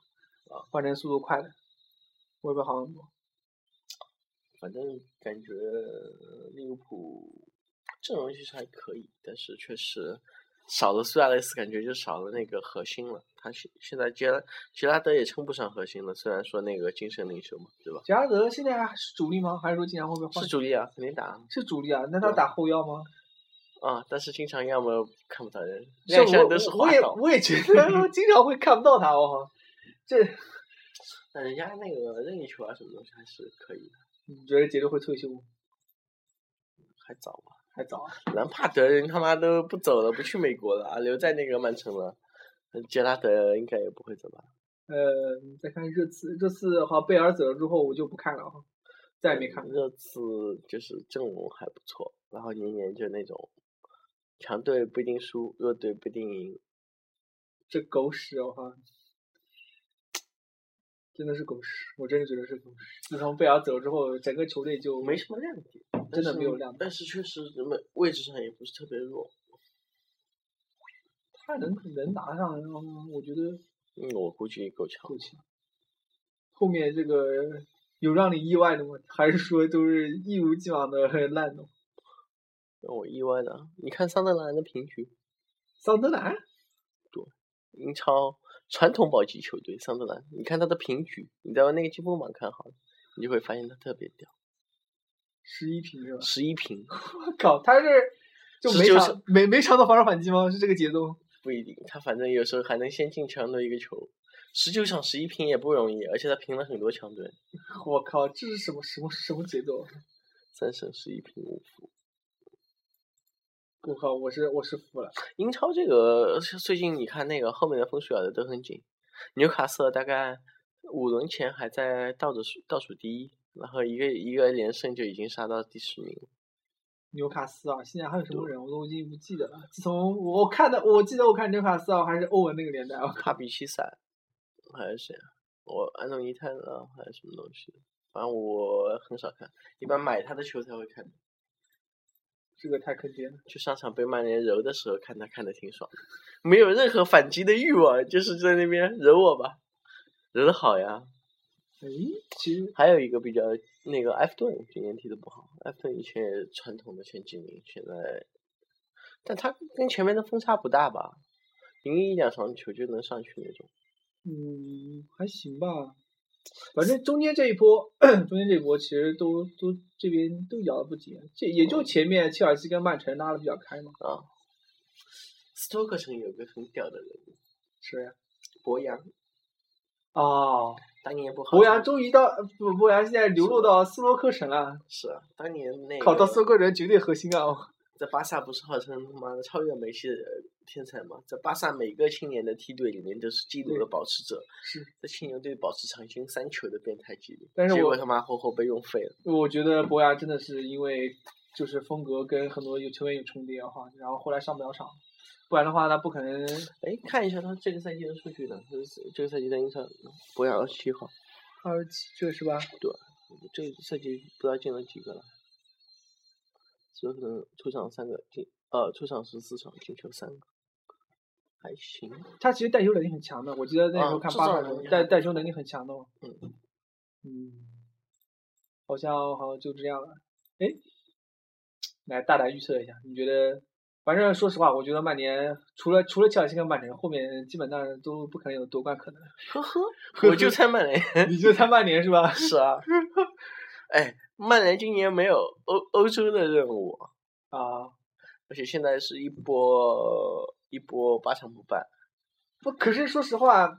啊换成速度快的，会不会好很多？反正感觉利物浦阵容其实还可以，但是确实少了苏亚雷斯，感觉就少了那个核心了。他现现在杰拉杰拉德也称不上核心了，虽然说那个精神领袖嘛，对吧？杰拉德现在还是主力吗？还是说经常会被换？是主力啊，肯定打啊是主力啊？那他对打后腰吗？啊，但是经常要么看不到人，是亮相我都是我滑也倒。我也觉得经常会看不到他，我靠！这但人家那个任意球啊，什么东西还是可以的，你觉得杰队会退休吗？还早吧。还早啊。兰帕德人他妈都不走了，不去美国了，啊，留在那个曼城了。呃杰拉德应该也不会走吧？呃，再看热刺，热刺好像贝尔走了之后，我就不看了哈，再也没看了。热刺就是阵容还不错，然后年年就那种强队不一定输，弱队不一定赢。这狗屎，我靠！真的是狗屎，我真的觉得是狗屎。自从贝尔走了之后，整个球队就没什么亮点，真的但没有是亮点但是确实人们位置上也不是特别弱。他能能拿上，嗯我觉得嗯，我估计够强够。强。后面这个有让你意外的吗？还是说都是一如既往的烂呢？让我意外的啊，你看桑德兰的平局，桑德兰英超传统保级球队桑德兰，你看他的平局，你在那个积分榜看好了，你就会发现他特别屌，十一平是吧？ 十一平我靠，他是就十没九场没没场到防守反击吗？是这个节奏吗？ 不一定，他反正有时候还能先进强队一个球，十九场十一平也不容易，而且他平了很多强队。我靠，这是什么什么什么节奏啊？三胜十一平五负。我靠，我是我是服了。英超这个是最近你看那个后面的分数咬的都很紧，纽卡斯尔大概五轮前还在倒着数倒数第一，然后一个一个连胜就已经杀到第十名了。纽卡斯尔，现在还有什么人我都已经不记得了。自从我看的，我记得我看纽卡斯尔还是欧文那个年代，我啊靠卡比西塞还是谁啊？我安东尼泰勒啊还是什么东西的？反正我很少看，一般买他的球才会看。这个太坑爹了。去商场被曼联揉的时候，看他看的挺爽的，没有任何反击的欲望，就是在那边揉我吧，揉的好呀。哎，其实还有一个比较那个埃弗顿今年踢的不好，埃弗顿以前也是传统的前几名，现在，但他跟前面的分差不大吧，赢一两场球就能上去那种。嗯还行吧，反正中间这一波， 中间这一波其实都都这边都咬得不紧，这也就前面切尔西跟曼城拉的比较开嘛。斯托克啊城有个很屌的人，是啊呀。博扬，哦，当年不好，博扬终于到不博扬现在流落到斯洛克神了，是啊，当年那个考到斯洛克人绝对核心啊！我在巴萨不是号称他妈的超越梅西的天才吗？在巴萨每个青年的梯队里面都是纪录的对保持者，是在青牛队保持长新三球的变态纪录，但是结我果他妈活活被用废了。我觉得博雅真的是因为就是风格跟很多有球员有重叠哈，然后后来上不了场，不然的话他不可能。哎，看一下他这个赛季的数据呢，就是这个赛季在英超博扬二十七号，二十七，这个是吧？这个赛季不知道进了几个了，只有可能出场三个进，呃，出场十四场进球三个，还行。他其实带球能力很强的，我记得那时候啊看制巴萨造能力带还带球能力很强的哦。嗯嗯，好像好像就这样了。哎，来大胆预测一下，你觉得？反正说实话，我觉得曼联除了除了切尔西跟曼城，后面基本上都不可能有夺冠可能。呵 呵，我就猜曼联。你就猜曼联是吧？ 是啊，哎，曼联今年没有欧欧洲的任务，啊，而且现在是一波一波八强不败，不，可是说实话，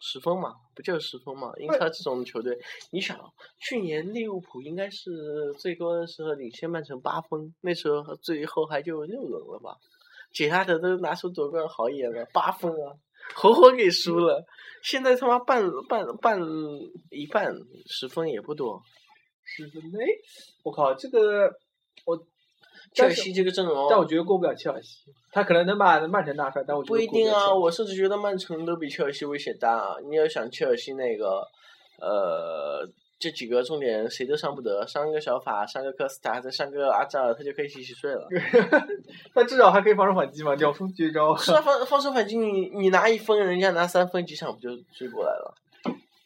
十分嘛，不就是十分嘛？英超这种球队，你想，去年利物浦应该是最高的时候领先曼城八分，那时候最后还就六轮了吧？杰拉德都拿出夺冠豪言了，八分啊，活活给输了。现在他妈半半半一半十分也不多，是分哎，我靠，这个我，切但尔是西这个阵容，但我觉得过不了切尔西，他可能能把曼城打出来，但我觉得不一过了定啊，切尔我甚至觉得曼城都比切尔西危险大、啊。你要想切尔西那个，呃，这几个重点谁都上不得，上个小法，上个科斯塔，再上个阿扎尔，他就可以洗洗 睡了。西但至少还可以防守反击嘛，鸟叔绝招。 是啊，防防守反击，你你拿一分，人家拿三分，几场不就追过来了？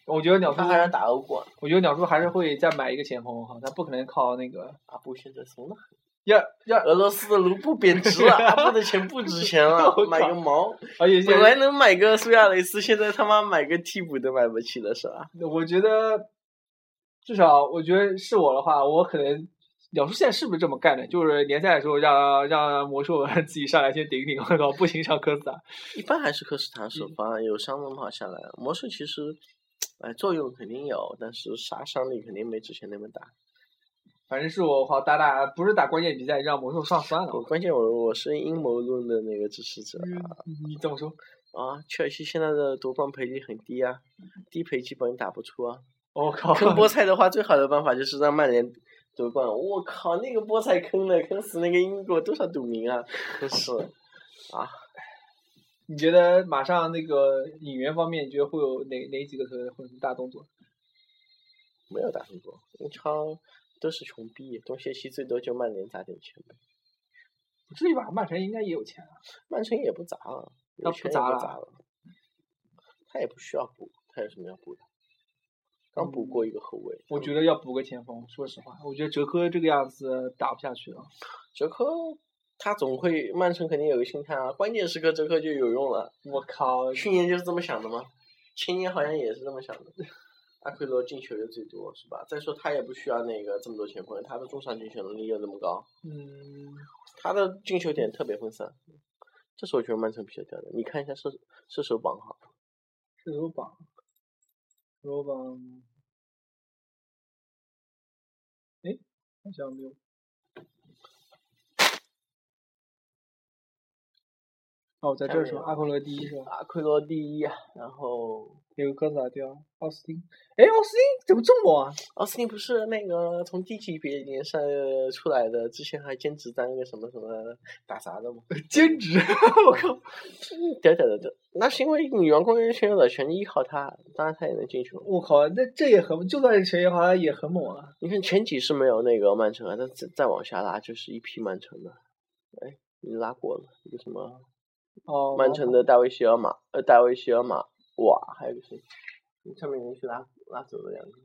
我觉得鸟叔他，还要打欧冠我觉得鸟叔还是会再买一个前锋哈，他不可能靠那个阿布现在怂了，要要，俄罗斯的卢布贬值了，阿布的钱不值钱 了我，靠买个毛！而且现本在来能买个苏亚雷斯，现在他妈买个替补都买不起了，是吧？我觉得，至少我觉得是我的话，我可能鸟叔现在是不是这么干的？就是联赛的时候让让魔术 自己上来先顶顶，然后不行上科斯塔。一般还是科斯塔首发，有伤的话下来。魔术其实，哎，作用肯定有，但是杀伤力肯定没之前那么大。反正是我好打打，不是打关键比赛让魔兽上算了。我关键我我是阴谋论的那个支持嗯者啊你你怎么说？啊！切尔西现在的夺冠赔率很低啊，低赔基本打不出 啊。我、靠！坑菠菜的话，最好的办法就是让曼联夺冠。我靠，那个菠菜坑的，坑死那个英国多少赌民啊！ 真是，你觉得马上那个引援方面，你觉得会有哪哪几个球队会有什么大动作？没有打成过，英超都是穷逼，东契奇最多就曼联砸点钱呗。不至于吧？曼城应该也有钱啊。曼城也不砸了，那有不钱也砸不了啊砸了，他也不需要补，他有什么要补的？刚补过一个后卫，嗯我觉得要补个前锋，说实话，我觉得哲科这个样子打不下去了。哲科他总会，曼城肯定有个心态啊，关键时刻哲科就有用了。我靠！去年就是这么想的吗？前年好像也是这么想的。阿奎罗进球又最多是吧？再说他也不需要那个这么多前锋，他的中场进球能力又那么高，嗯，他的进球点特别分散，这是我觉得曼城比较屌的。你看一下射射手榜哈，射手榜，射手榜，哎，好像没有。哦，在这儿说阿看没有奎罗第一是吧？阿奎罗第一啊，然后有科斯塔对啊，奥斯汀，哎，奥斯汀怎么这么猛啊？奥斯汀不是那个从低级别联赛出来的，之前还兼职当一个什么什么打杂的嘛， 兼职，啊我靠！得得得得，那是因为女王公园选手的全依靠他，当然他也能进球。 我靠，那这也很，就算是谁好像也很猛啊。你看前几是没有那个曼城啊，但再再往下拉就是一批曼城的，哎，你拉过了一个什么哦，曼城的大卫希尔马，呃，大卫希尔马哇，还有一个谁？你上面连续拉拉走了两个，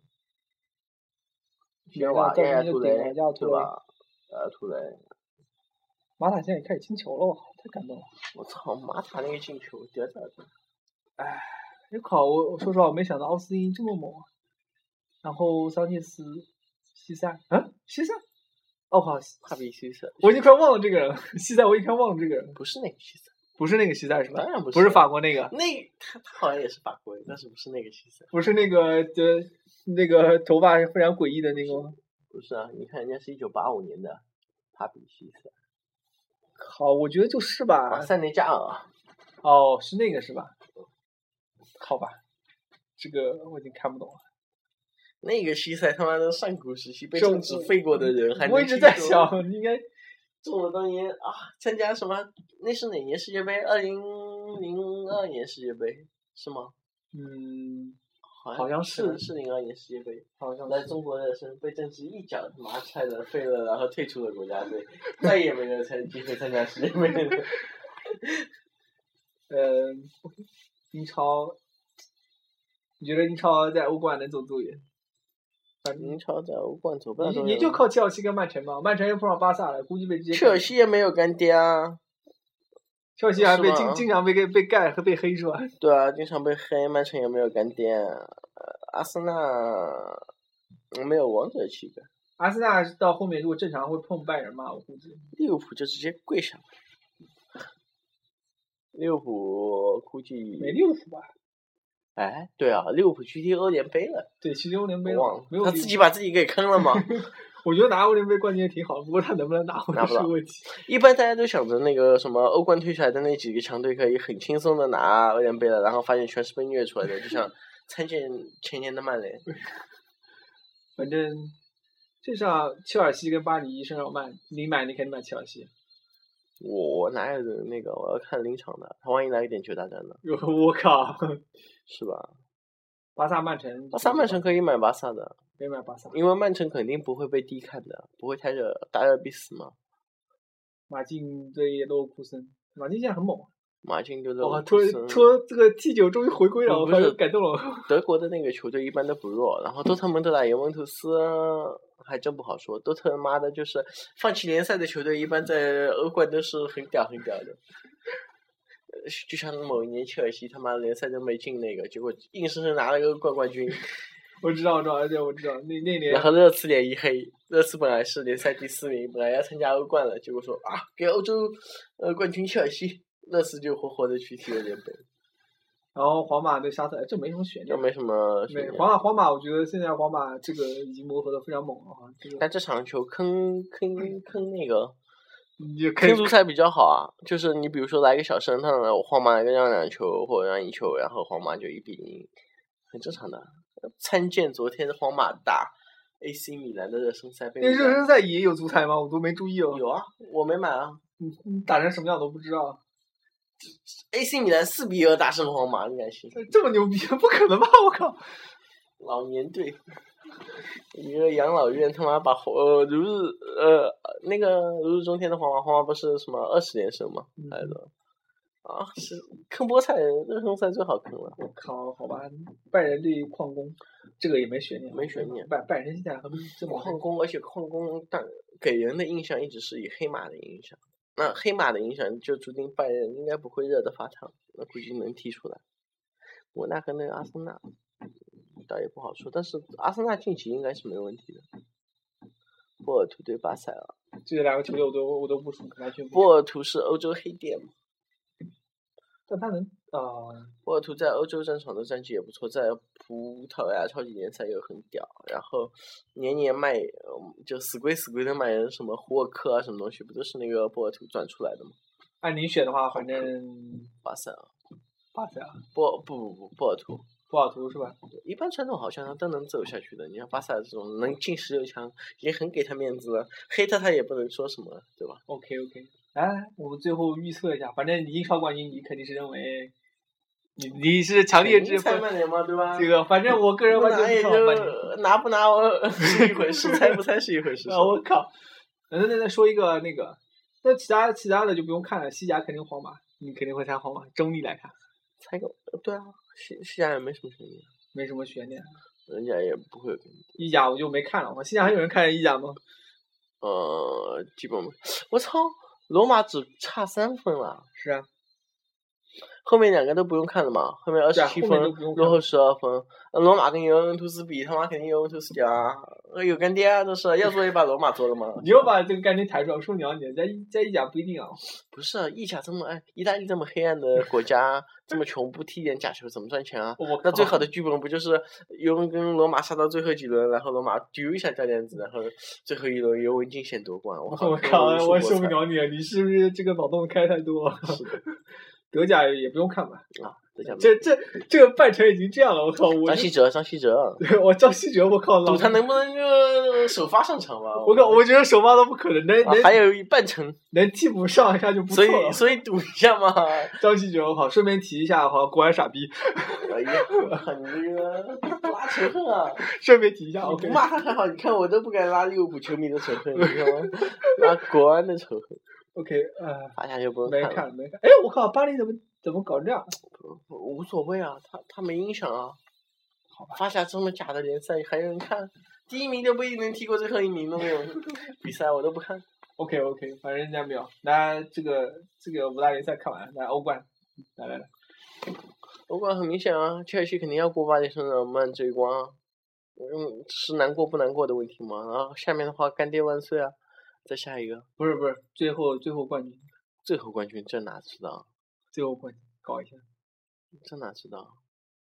希尔瓦、亚亚亚亚图图雷雷亚亚图对雷吧？呃，图雷，马塔现在也开始进球了，我靠，太感动了。我操，马塔那个进球，屌屌的！我靠，我我说实话，我没想到奥斯汀这么猛啊。然后桑切斯、西塞，啊，西塞，哦靠，帕比西斯，我已经快忘了这个人了。西塞，我已经快忘了这个人了，不是那个西斯，不是那个西塞是吧当？然不是，不是法国那个，那他他好像也是法国人，但是不是那个西斯，不是那个的，那个头发非常诡异的那个吗。不是啊，你看人家是一九八五年的帕比西斯，好，我觉得就是吧啊，。塞内加尔，哦，是那个是吧？好吧，这个我已经看不懂了。那个西塞他妈的上古时期被是政治废过的人，还我能一直踢在球想，应该中了当年啊，参加什么？那是哪年世界杯？二零零二年世界杯是吗？嗯，好好像可能是是零二年世界杯。好像来中国热身被政治一脚他妈踹了废了，然后退出了国家队，再也没有参机会参加世界杯 了。呃，英超，你觉得英超在欧冠能走多远？反正英超在欧冠走不了多你远你就了靠切尔西跟曼城吧，曼城又碰上巴萨了，估计被直接切尔西也没有干爹啊，切尔西还被是经吗经常被被被盖和被黑是吧？ 对啊，经常被黑，曼城也没有干爹啊，呃阿森纳嗯没有王者气概，阿森纳到后面如果正常会碰拜仁吧，我估计。利物浦就直接跪下了。利物浦估计没利物浦吧？哎，对啊，利物浦去踢欧联杯了，对，其实欧联杯我了忘了没有他利物自浦己把自己给坑了嘛。我觉得拿欧联杯冠军也挺好，不过他能不能拿回来拿不是到个问题。一般大家都想着那个什么欧冠退出来的那几个强队可以很轻松的拿欧联杯了，然后发现全是被虐出来的，就 像参见前年的曼联。反正这上切尔西跟巴黎圣日耳曼，你买你肯定买切尔西。 我我哪有的那个我要看临场的，他万一来个点球大战呢，我靠，是吧？巴萨曼城，巴萨曼城可以买巴萨的，没买巴萨，因为曼城肯定不会被低看的，不会太热，大热必死嘛。马竞对勒沃库森，马竞现在很猛。啊马竞就勒哇，沃突库然森突然这个 T 九终于回归了，啊不我不靠，是感动了。 德国的那个球队一般都不弱，然后多特蒙德打尤文图斯还真不好说。多特妈的就是放弃联赛的球队，一般在欧冠都是很屌很屌的。呃就像某一年切尔西他妈联赛都没进那个，结果硬生生拿了个冠冠军，我知道，我知道，而且我知道那那年然后热刺脸一黑。热刺本来是联赛第四名，本来要参加欧冠了，结果说啊给欧洲呃冠军切尔西，热刺就活活的去踢欧联杯，然后皇马对沙特，哎这没什么悬念就。没什么悬没念。皇马，皇马，我觉得现在皇马这个已经磨合的非常猛了哈。这个但这场球坑坑坑那个。你就可以天足赛比较好啊，就是你比如说来个小升趟的，皇马来个让两球或者让一球，然后皇马就一比零，很正常的。参见昨天皇马打 AC 米兰的热身赛被那米热身兰赛也有足彩吗？我都没注意哦。有啊，我没买啊。你你打成什么样都不知道， AC 米兰四比二打胜皇马，你敢信？这这么牛逼，不可能吧？我 靠！老年队，一个养老院他妈把皇呃如日呃那个如日中天的皇马，皇马不是什么二十连胜吗？嗯还是什么啊，是坑菠菜，热身赛最好坑了。我靠，好吧，拜仁对矿工，这个也没悬念，没悬念拜拜仁现在还没这么矿工，而且矿工但给人的印象一直是以黑马的印象，那黑马的印象就注定拜仁应该不会热得发烫，那估计能踢出来。摩纳哥那个阿森纳倒也不好说，但是阿森纳晋级应该是没问题的。波尔图对巴塞尔，这两个球队我都我都不熟，完全不熟。波尔图是欧洲黑店嘛，但他能啊、波尔图在欧洲战场的战绩也不错，在葡萄牙超级联赛又很屌，然后年年卖，嗯就死龟死龟的卖人，什么胡尔克啊，什么东西，不都是那个波尔图转出来的吗？按你选的话，反正巴塞啊，巴塞啊，波不不不波尔图，波尔图是吧？一般传统好像他都能走下去的。你像巴萨这种能进十六强，已经很给他面子了，黑他他也不能说什么，对吧？ OK OK，来，哎我们最后预测一下，反正你英超冠军，你肯定是认为你你是强烈支猜分曼联嘛，对吧？这个，反正我个人不完拿也全不看好曼联。就拿不拿我 是一回事，猜不猜是一回事。 啊，我靠！那那再说一个那个，那其他其他的就不用看了，西甲肯定皇马，你肯定会猜皇马，中立来看猜个对啊，西西甲也没什么悬念，没什么悬念。人家也不会有悬念。意甲我就没看了，我西甲还有人看意甲吗？呃，基本没我操，罗马只差三分了。是啊，后面两个都不用看了嘛，后面二对十啊七后面分都不用，看落后十二分。呃罗马跟尤文图斯比，他妈肯定尤文图斯屌啊！呃有干爹啊，这是要做也把罗马做了嘛。你又把这个概念抬出来，我说你要你在意在意甲不一 定啊。不是啊，意甲这么哎，意大利这么黑暗的国家，这么穷，不踢点假球怎么赚钱啊？我那最靠好的剧本不就是尤文跟罗马杀到最后几轮，然后罗马丢一下掉链子，然后最后一轮尤文惊险夺冠。我 我靠，我受受不了你了，你是不是这个脑洞开太多了？是的德甲也不用看吧，啊！这 叫这这这个拜仁已经这样了，我靠，我就张稀哲，张稀哲， 啊我张稀哲，我靠，老赌他能不能就首发上场吧？我靠，我觉得首发都不可能，能啊还能有一半程，能替补上一下就不错啊所了以。所以赌一 下嘛。张稀哲，我靠，顺便提一下，好，国安傻逼，哎呀，我靠你这个 拉仇恨啊！顺便提一下你，OK，不骂他还好，你看我都不敢拉利物浦球迷的仇恨，你知道吗？拉国安的仇恨， ，OK，呃，罚下就不用没看了，看没看，哎，我靠，巴黎怎么怎么搞这样？无所谓啊，他他没影响啊。罚下这么假的联赛还有人看？第一名就不一定能踢过最后一名的那 种比赛，我都不看。 OK OK，反正人家没有。那这个这个五大联赛看完了，来欧冠，来来来，欧冠很明显啊，切尔西肯定要过巴黎圣日耳曼追光啊。嗯，是难过不难过的问题嘛。然后下面的话，干爹万岁啊！再下一个，不是不是，最后最后冠军，最后冠军这哪知道？最后冠军搞一下。这哪知道？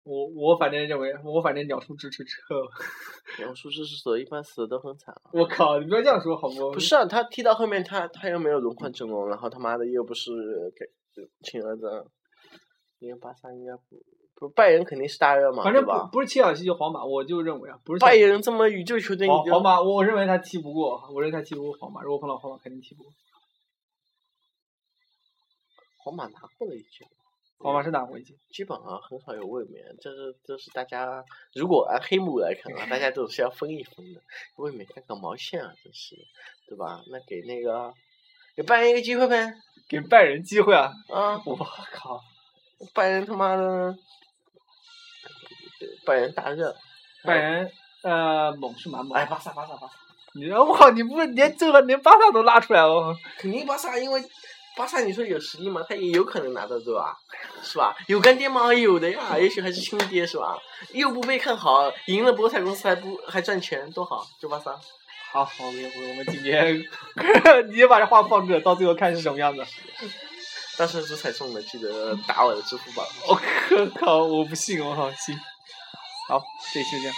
我我反正认为，我反正鸟叔支持车。杨叔支持者一般死的都很惨啊。 我靠，你不要这样说好不？不，是啊，他踢到后面他他又没有轮换阵容，然后他妈的又不是给亲儿子，啊因为巴萨应该不不拜仁肯定是大热嘛，反正对不吧？不是切尔西就皇马，我就认为啊，不是切尔拜西仁这么宇宙球队，皇你皇就马，我认为他踢不过，我认为他踢不过皇马。如果碰到皇马，肯定踢不过。皇马拿过了一届，皇马是哪国一届？基本上很少有卫冕，这是这是大家如果按黑幕来看啊，大家都是要分一分的，卫冕干个毛线啊，真是，对吧？那给那个给拜仁一个机会呗，给拜仁机会啊！啊，我靠，拜仁他妈的，拜仁大热，拜仁呃猛是蛮猛。哎，巴萨巴萨巴萨。你我靠，你不连这个连巴萨都拉出来了，肯定巴萨，因为巴萨你说有实力吗？他也有可能拿到对吧？是吧？有干爹吗？有的呀，也许还是亲爹是吧？又不被看好，赢了博彩公司还不还赚钱，多好！就巴萨，好，我们我们今天 你也把这话放这，到最后看是什么样子。当时足彩中的，记得打我的支付宝。我靠，我不信，我好信。好，这期就这样，